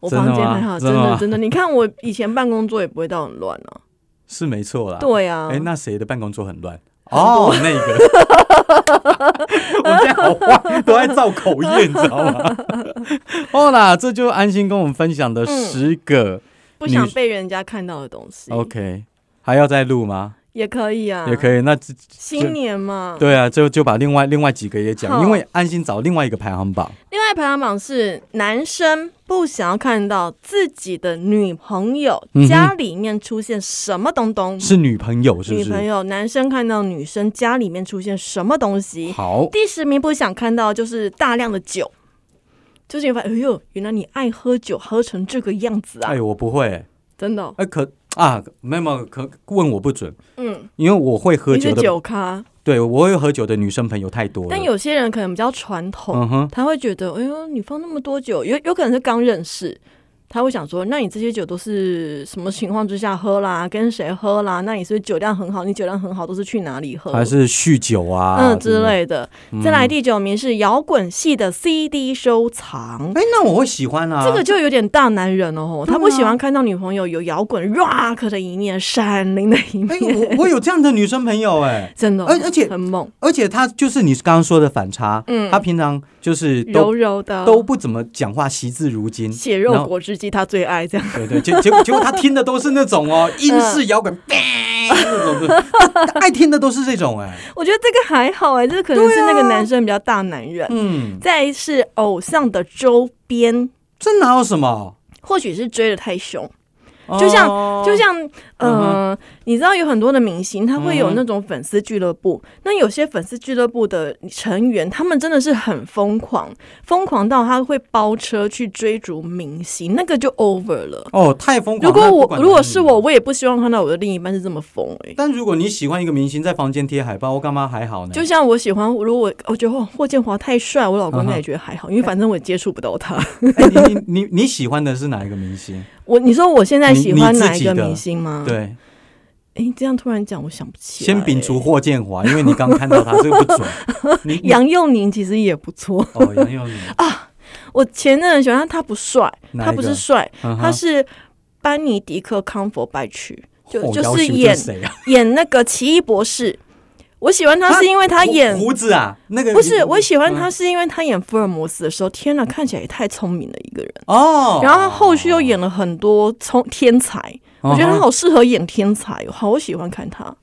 S2: 我
S1: 真的
S2: 房间
S1: 吗
S2: 还好，
S1: 真
S2: 真
S1: 的
S2: 的
S1: 吗
S2: 真的。你看我以前办公桌也不会到很乱
S1: (laughs)
S2: 啊。
S1: 是没错啦。。
S2: 对啊，
S1: 哎，那谁的办公桌很
S2: (laughs)
S1: 乱？哦，那个， (laughs) 我们现在好坏都在造口业，你知道吗？ (laughs) 好啦，这就安心跟我们分享的十个。
S2: 不想
S1: 女
S2: 被人家看到的东西
S1: OK，还要再录吗？
S2: 也可以啊，
S1: 也可以。那这
S2: 新年嘛，
S1: 对啊，就就把另外另外几个也讲，
S2: 好
S1: 因为安心找另外一个排行榜。
S2: 另外排行榜是男生不想要看到自己的女朋友
S1: 嗯哼
S2: 家里面出现什么东东，
S1: 是女朋友，是不
S2: 女朋
S1: 是？
S2: 友男生看到女生家里面出现什么东西。
S1: 好，
S2: 第十名不想看到就是大量的酒，就是你发现，哎呦，原来你爱喝酒，喝成这个样子啊，
S1: 哎，我不会，
S2: 真的哦、
S1: 哎，可啊，没有没有，可问我不准，
S2: 嗯，
S1: 因为我会喝
S2: 你
S1: 酒
S2: 是
S1: 的，
S2: 酒咖，
S1: 对我会喝酒的女生朋友太多了。
S2: 但有些人可能比较传统，
S1: 嗯哼，
S2: 他会觉得，哎呦，你放那么多酒，有有可能是刚认识，他会想说，那你这些酒都是什么情况之下喝啦，跟谁喝啦？那你是不是酒量很好？你酒量很好都是去哪里喝？
S1: 还是嗯酗酒啊，
S2: 嗯
S1: 对
S2: 之
S1: 不对。
S2: 类的。再来第九名是摇滚系的 CD 收藏。
S1: 哎，那我会喜欢啊。
S2: 这个就有点大男人哦，
S1: 对啊
S2: 他不喜欢看到女朋友有摇滚 rock 的一面、闪灵的一
S1: 哎，
S2: 面，
S1: 我我有这样的女生朋友哎、
S2: (laughs) 真的哦，
S1: 而而且
S2: 很猛，
S1: 而且她就是你刚刚说的反差，
S2: 嗯
S1: 她平常就是
S2: 柔
S1: 都
S2: 柔的，
S1: 都不怎么讲话，惜字如
S2: (laughs)
S1: 金，
S2: 血
S1: 然
S2: 肉
S1: 后
S2: 果汁机他最爱这样。
S1: 对对，结结果结果他听的都是那种
S2: (laughs)
S1: 哦，
S2: 嗯
S1: 英式摇滚，bang (laughs) 那种的，他他爱听的都是这种哎，
S2: 我觉得这个还好哎、这个可能是那个男生比较大男人。
S1: 嗯，
S2: 再来是偶像的周边，
S1: 这哪有什么？
S2: 或许是追的太凶，就像
S1: 哦
S2: 就像呃，你知道有很多的明星，他会
S1: 嗯
S2: 有
S1: 哼
S2: 那种粉丝俱乐部。那有些粉丝俱乐部的成员，他们真的是很疯狂，疯狂到他会包车去追逐明星，那个就 over 了。
S1: 哦，太疯狂。
S2: 如果
S1: 那不
S2: 我
S1: 管嗯
S2: 如果
S1: 男女
S2: 是我，，我也不希望看到我的另一半是这么疯哎、
S1: 但如果你喜欢一个明星，在房间贴海报，我干嘛还好呢？
S2: 就像我喜欢，如果我哦我觉得哇霍建华太帅，我老公应
S1: 嗯
S2: 该也
S1: 哼
S2: 觉得还好，因为反正我也接触不到他。
S1: 哎你你你你喜欢的是哪一个明星？
S2: 我你说我现在喜欢
S1: 你你自
S2: 哪一
S1: 己
S2: 个
S1: 的
S2: 明星吗？，
S1: 对，
S2: 哎，你这样突然讲，我想不起来。欸
S1: 先摒除霍建华，因为你刚看到他，这个不
S2: (laughs)
S1: 准。你你
S2: 杨佑宁其实也不错，
S1: 哦，杨佑宁，
S2: 啊我前任很喜欢他，他不帅，
S1: 哪一个嗯
S2: 他不是帅，
S1: 嗯哼
S2: 他是班尼迪克康佛拜区。就
S1: 哦
S2: 就
S1: 要
S2: 是
S1: 求
S2: 演
S1: 谁
S2: (laughs)
S1: 啊？
S2: 演那个奇异博士。我喜欢他
S1: 啊
S2: 是因为他演
S1: 胡胡子啊，那个
S2: 不是，我喜欢
S1: 嗯
S2: 他是因为他演福尔摩斯的时候，天哪，看起来也太聪明了一个人。
S1: 哦。
S2: 然后他后续又演了很多聪天才，我觉得他
S1: 哦，
S2: 好适合演天才哦，好喜欢看他。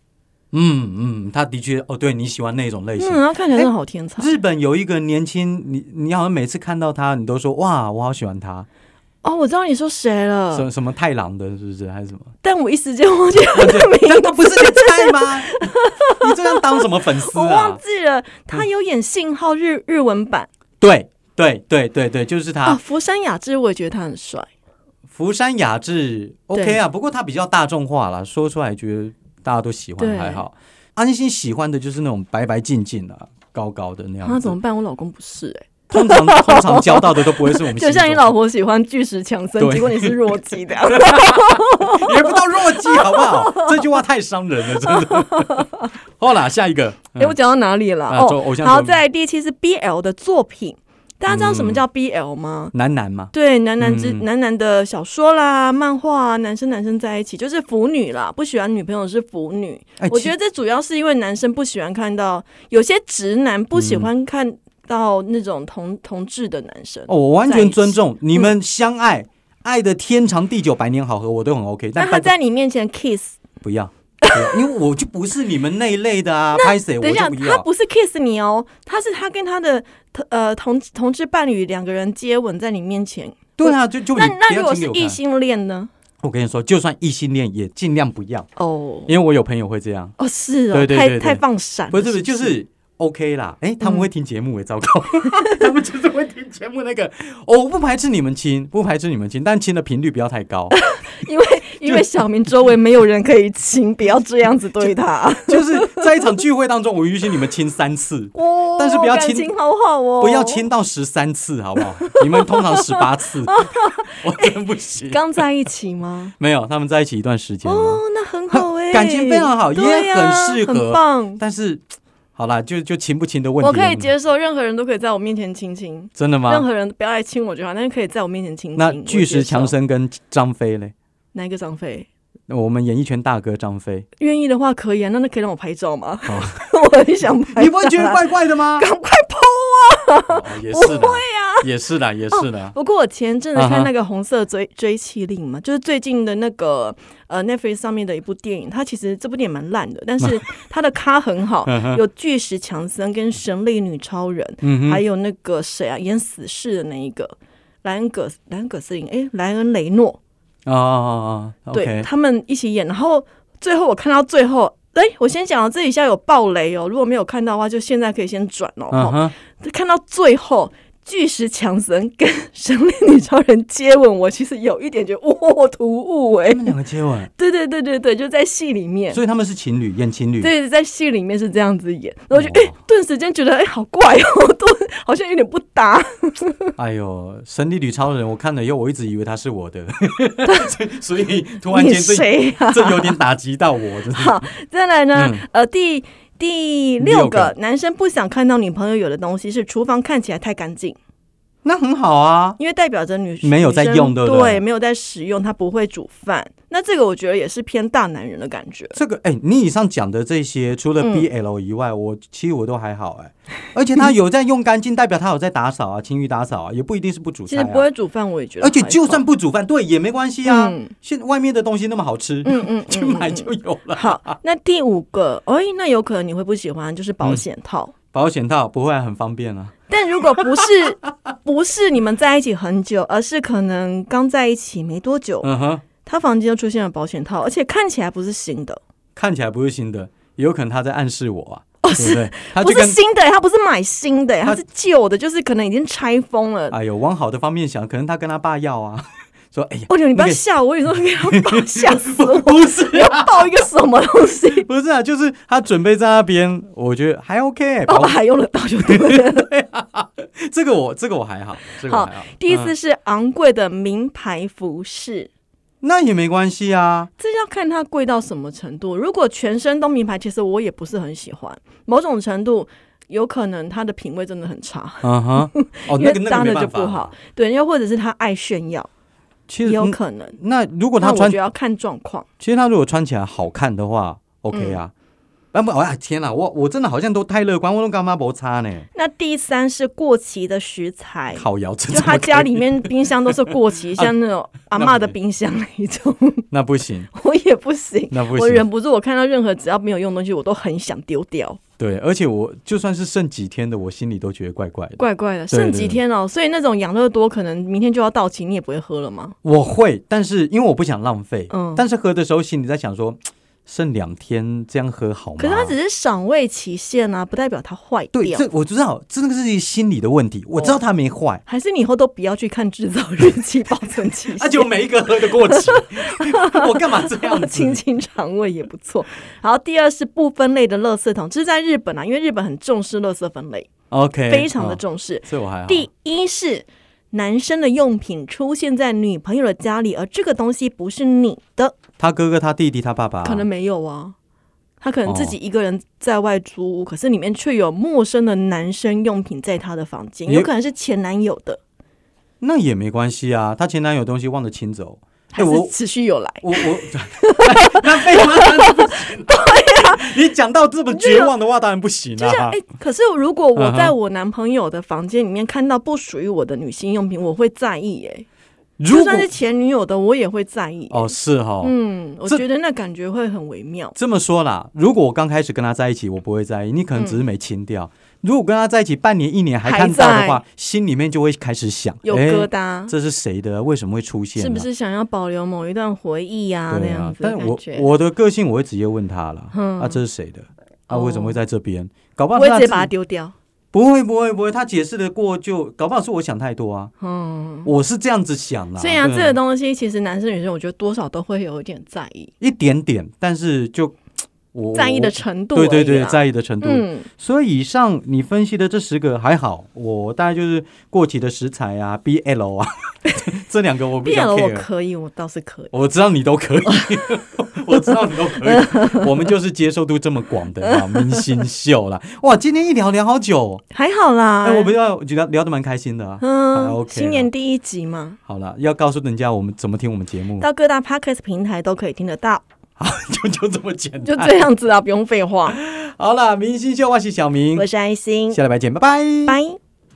S1: 嗯嗯，他的确，哦，对你喜欢那种类型。
S2: 嗯，他看起来真的好天才。
S1: 日本有一个年轻，你你好像每次看到他，你都说哇，我好喜欢他，
S2: 哦，我知道你说谁
S1: 什
S2: 了，
S1: 么什么太郎的，是不是还
S2: (laughs)
S1: 是什么？
S2: 但我一时间忘记了
S1: 对
S2: 名字
S1: 难道不是你的菜
S2: (laughs)
S1: 吗？你这样当什么粉丝
S2: 我忘
S1: 啊？
S2: 记了，他有演《信号日》日文版
S1: 对对对对对，就是
S2: 啊。
S1: 他，
S2: 福山雅治，我也觉得他很帅。
S1: 福山雅治
S2: 对
S1: OK 啊，不过他比较大众化啦，说出来觉得大家都喜欢
S2: 对
S1: 还好。安心喜欢的就是那种白白净净啊，高高的那
S2: 那
S1: 样
S2: 啊怎
S1: 子
S2: 么。办？我老公不是哎、
S1: 通常通常交到的都不会是
S2: (laughs)
S1: 我们心
S2: 就
S1: 中的，
S2: 像你老婆喜欢巨石强森，
S1: 对
S2: 结果你是弱
S1: (laughs)
S2: 鸡的。
S1: 也不到弱鸡好不
S2: (laughs)
S1: 好？这句话太伤人了，真的。好啦，下一个，
S2: 哎、我讲到哪里了？
S1: 嗯啊做偶像
S2: 好，
S1: 综艺
S2: 再来第七是 BL 的作品，大家知道什么叫 BL 吗？
S1: 男男嘛，
S2: 对，男男之、
S1: 嗯
S2: 男男的小说啦、漫画啊，男生男生在一起就是腐女啦，不喜欢女朋友是腐女。
S1: 哎
S2: 我觉得这主要是因为男生不喜欢看到，有些直男不
S1: 嗯
S2: 喜欢看到那种同、同志的男生。
S1: 哦，我完全尊
S2: 嗯
S1: 重你们相爱，爱的天长地久、百年好合，我都很 OK
S2: 那
S1: 但。
S2: 他
S1: 但
S2: 在你面前 kiss，
S1: 不要，不要因为我就不是你们那一类的啊，
S2: (laughs)
S1: 拍谁我
S2: 等一下，
S1: 就不
S2: 他
S1: 要。
S2: 不是 kiss 你哦，他是他跟他的呃同同志伴侣两个人接吻在你面前。
S1: 对啊，就就你
S2: 那
S1: 不
S2: 那如
S1: 要
S2: 果
S1: 轻
S2: 是
S1: 给我
S2: 异
S1: 看。
S2: 性恋呢？
S1: 我跟你说，就算异性恋也尽量不要，
S2: 哦
S1: 因为我有朋友会这样，
S2: 哦，是哦，
S1: 对对对对
S2: 太太放闪了，
S1: 不是不是，就是 OK 啦。哎，他们
S2: 嗯
S1: 会听节目，也糟
S2: (laughs)
S1: 糕，他们就是会听节目那个。哦我不排斥你们亲，不排斥你们亲，但亲的频率不要太高。
S2: 因为因为小明周围没有人可以亲，不要这样子对他。
S1: 就是在一场聚会当中，我允许你们亲三次。
S2: 哦
S1: 但是不要
S2: 感
S1: 亲
S2: 情好好哦，
S1: 不要。亲到十三次，好不好？你们通常十八
S2: (laughs)
S1: 次，我真不行。
S2: 刚在一起吗？
S1: 没有，他们在一起一段时间了，
S2: 哦，那很好哎、
S1: 感情非常好
S2: 对啊
S1: 也很适合
S2: 很棒。
S1: 但是好啦，就就亲不亲的问题。
S2: 我可以，接受，任何人都可以在我面前亲亲，
S1: 真的
S2: 任
S1: 吗？
S2: 何人不要来亲我就好，但是可以在我面前亲亲。
S1: 那
S2: 我
S1: 巨
S2: 接
S1: 石
S2: 受
S1: 强森跟张飞嘞？
S2: 哪一个张飞？
S1: 我们演艺圈大哥张飞，
S2: 愿意的话可以啊，那那可以让我拍照吗？
S1: 哦
S2: (laughs) 我很想拍照啊，
S1: (laughs) 你不会觉得怪怪的吗？
S2: (laughs) 赶快啊拍。
S1: 哦也是的，
S2: 啊
S1: 也是的，也是的。
S2: 不过我前阵子
S1: 啊哈
S2: 看那个《红色追追妻令》嘛，就是最近的那个呃 Netflix 上面的一部电影，它其实这部电影蛮烂的，
S1: (laughs)
S2: 但是它的咖很好，哦有巨石强森跟神力女超人，
S1: 嗯
S2: 还
S1: 哼，
S2: 有那个谁啊演死侍的那一个莱恩葛莱恩葛斯林，哎，莱恩雷诺，
S1: 哦哦哦哦
S2: 对
S1: ，OK，
S2: 他们一起演，然后最后我看到最后。哎，我先讲到这里，下有暴雷哦。如果没有看到的话，就现在可以先转哦。
S1: 嗯哼，
S2: 看到最后，巨石强森跟神力女超人接吻，我其实有一点觉得哇突兀哎、
S1: 他们两个接吻，
S2: 对对对对对，就在戏里
S1: 嗯
S2: 面，
S1: 所以他们是情侣，演情侣。
S2: 对，在戏里面是这样子演，然后就
S1: 哇
S2: 哎、顿时间觉得哎、好怪哦， (laughs) 顿好像有点不搭。
S1: 哎呦，神力女超人，我看了以后，我一直以为她是我的， (laughs) 所以所以突然
S2: 你
S1: 间这、
S2: 谁啊？
S1: 这有点打击到我，真的。
S2: 好，再来呢，
S1: 嗯
S2: 呃，第第
S1: 六
S2: 六
S1: 个
S2: 个男生不想看到女朋友有的东西是厨房看起来太干净，
S1: 那很好啊，
S2: 因为代表着女
S1: 没有在
S2: 女生
S1: 用对不对
S2: 对，没有在使用，他不会煮饭。那这个我觉得也是偏大男人的感觉。
S1: 这个哎、你以上讲的这些，除了
S2: 嗯
S1: BL 以外，我其实我都还好哎、而且他有在用干净，代表他有在打扫啊，勤于打扫啊，也不一定是不煮
S2: 其
S1: 菜、
S2: 实
S1: 啊
S2: 不。会煮饭，我也觉得
S1: 而
S2: 还好。
S1: 且就算不煮饭，对也没关系啊。
S2: 嗯
S1: 现外面的东西那么好吃，
S2: 嗯嗯，
S1: (laughs) 去
S2: 嗯
S1: 买
S2: 嗯
S1: 就有了。
S2: 好。那第五个，哎，那有可能你会不喜欢，就是保险套。
S1: 保险套不会啊很方便啊。
S2: 但如果不
S1: (laughs)
S2: 是不是你们在一起很久，而是可能刚在一起没多久，
S1: 嗯哼，
S2: 他房间就出现了保险套，而且看起来不是新的，
S1: 看起来不是新的，也有可能他在暗示我啊，对不对？他
S2: 哦不
S1: 就是跟
S2: 新的，他不是买新的，
S1: 他
S2: 他是旧的，就是可能已经拆封了。
S1: 哎呦，往好的方面想，可能他跟他爸要啊， (laughs) 说哎呀，
S2: 哦，你不要
S1: 那个
S2: 吓我，我以为你说给他爆，吓死我！
S1: 不是啊，
S2: 爆一个什么东西？
S1: (laughs) 不是啊，就是他准备在那边，我觉得还 OK，
S2: 爸
S1: 保
S2: 哦爸还用得到就对了。
S1: (laughs) 这个我这个我还好，这个我还好。
S2: 第一
S1: 嗯
S2: 次是昂贵的名牌服饰，
S1: 那也没关系啊，
S2: 这要看它贵到什么程度。如果全身都名牌，其实我也不是很喜欢。某种程度，有可能他的品味真的很差，
S1: (laughs) 嗯哼，哦，
S2: 因
S1: 那
S2: 为
S1: 个那个
S2: 搭
S1: 没
S2: 的
S1: 办
S2: 就
S1: 法啊
S2: 不好。。对，又或者是他爱炫耀，
S1: 其
S2: 也
S1: 实
S2: 有
S1: 嗯
S2: 可能。
S1: 那如果
S2: 那
S1: 他
S2: 我
S1: 穿
S2: 觉得要看状况。
S1: 其实他如果穿起来好看的话，OK 啊。啊
S2: 嗯
S1: 不，哎呀天哪，我我真的好像都太乐观，我都干嘛不差呢？
S2: 那第三是过期的食材，
S1: 烤 (laughs) 窑真
S2: 哎就他家里面冰箱都是
S1: (laughs)
S2: 过期，像那种
S1: 啊
S2: 阿嬷的冰箱那一种， (laughs)
S1: 那不行，
S2: 我也不行。
S1: 那不
S2: 我
S1: 行。
S2: 忍不住，我看到任何只要没有用的东西，我都很想丢掉，
S1: 对，而且我就算是剩几天的，我心里都觉得怪怪的。
S2: 怪怪的。
S1: 对
S2: 剩几天哦，所以那种养乐多可能明天就要到期，你也不会喝了吗？
S1: 我会，但是因为我不想浪费，
S2: 嗯
S1: 但是喝的时候心里在想说，嘖剩两天这样喝好吗？
S2: 可是它只是赏味期限啊，不代表它坏
S1: 对，
S2: 掉。哦
S1: 这我知道，这个是心理的问题。我知道它没
S2: (laughs)
S1: 坏，
S2: 还是你以后都不要去看制造日
S1: (laughs)
S2: 期、保存期限，
S1: 而且我每一个喝的过
S2: (laughs)
S1: 期，我干啊嘛这样子？
S2: 清清肠胃也不错。然后第二是不分类的垃圾桶，这是在日本啊，因为日本很重视垃圾分类，
S1: OK，
S2: 非常的
S1: 哦，
S2: 重视。
S1: 所以我还好。
S2: 第一是男生的用品出现在女朋友的家里，而这个东西不是你的，
S1: 他哥哥、他弟弟、他爸爸，
S2: 可能没有啊。他可能自己一个人在外租屋，可是里面却有陌生的男生用品在他的房间，
S1: 也
S2: 有可能是前男友的，
S1: 那也没关系啊。他前男友东西忘了清走，哎
S2: 还是
S1: 我
S2: 持续有来？
S1: 我
S2: (laughs)
S1: 我，那废话当然不行、啊。你讲到这么绝望的话，当然不行
S2: 就像
S1: 啊
S2: 哎、。可是如果我
S1: 嗯哼
S2: 在我男朋友的房间里面看到不属于我的女性用品，我会在意哎、
S1: 如
S2: 就
S1: 果
S2: 算是前女友的，我也会在意。
S1: 哦是哈、
S2: 嗯，我
S1: 这
S2: 觉得那感觉会很微妙。
S1: 这么说啦，如果我刚开始跟他在一起，我不会在意，你可
S2: 嗯
S1: 能只是没清掉。如果跟他在一起半年、一年还看到的话，心里面就会开始想，
S2: 有
S1: 哎
S2: 疙瘩，
S1: 这是谁的？为什么会出现、啊？
S2: 是不是想要保留某一段回忆呀、那
S1: 对
S2: 样
S1: 啊，
S2: 子的
S1: 但
S2: 感
S1: 我
S2: 觉。
S1: 我的个性我会直接问他了，
S2: 嗯
S1: 啊，这是谁的？啊，
S2: 哦
S1: 为什么会在这边？搞不
S2: 我
S1: 好
S2: 会
S1: 他
S2: 直接把它
S1: 自己
S2: 丢掉。
S1: 不会不会不会，他解释的过就，搞不好是我想太多啊，
S2: 嗯，
S1: 我是这样子想的。
S2: 所以啊，
S1: 对
S2: 这个东西其实男生女生，我觉得多少都会有一点在意，
S1: 一点点，但是就我
S2: 在意的
S1: 程
S2: 程度
S1: 度
S2: 而已
S1: 对
S2: 啦。
S1: 对对，在意的程度。
S2: 嗯，
S1: 所以以上你分析的这十个还好，我大概就是过期的食材啊，BL 啊， (laughs) 这两个我比
S2: 变
S1: 较
S2: 了我
S1: care。
S2: 可以，我倒是可以。
S1: 我知道你都可以， (laughs) 我知道你都可以，我们就是接受度这么广
S2: (laughs)
S1: 的啊，明星秀啦！哇，今天一聊聊好久哦，
S2: 还好啦，
S1: 哎，我们要聊聊得蛮开心的啊。还
S2: 嗯，
S1: OK
S2: 新年第一集嘛，
S1: 好了，要告诉人家我们怎么听我们节
S2: (laughs)
S1: 目，
S2: 到各大 podcast 平台都可以听得到，
S1: 就就这么简
S2: 就
S1: 单。
S2: 这样子啊，不用废话。
S1: 好了，明星秀，我是小明
S2: 我，是爱心
S1: 下，礼拜见，拜拜。
S2: 拜。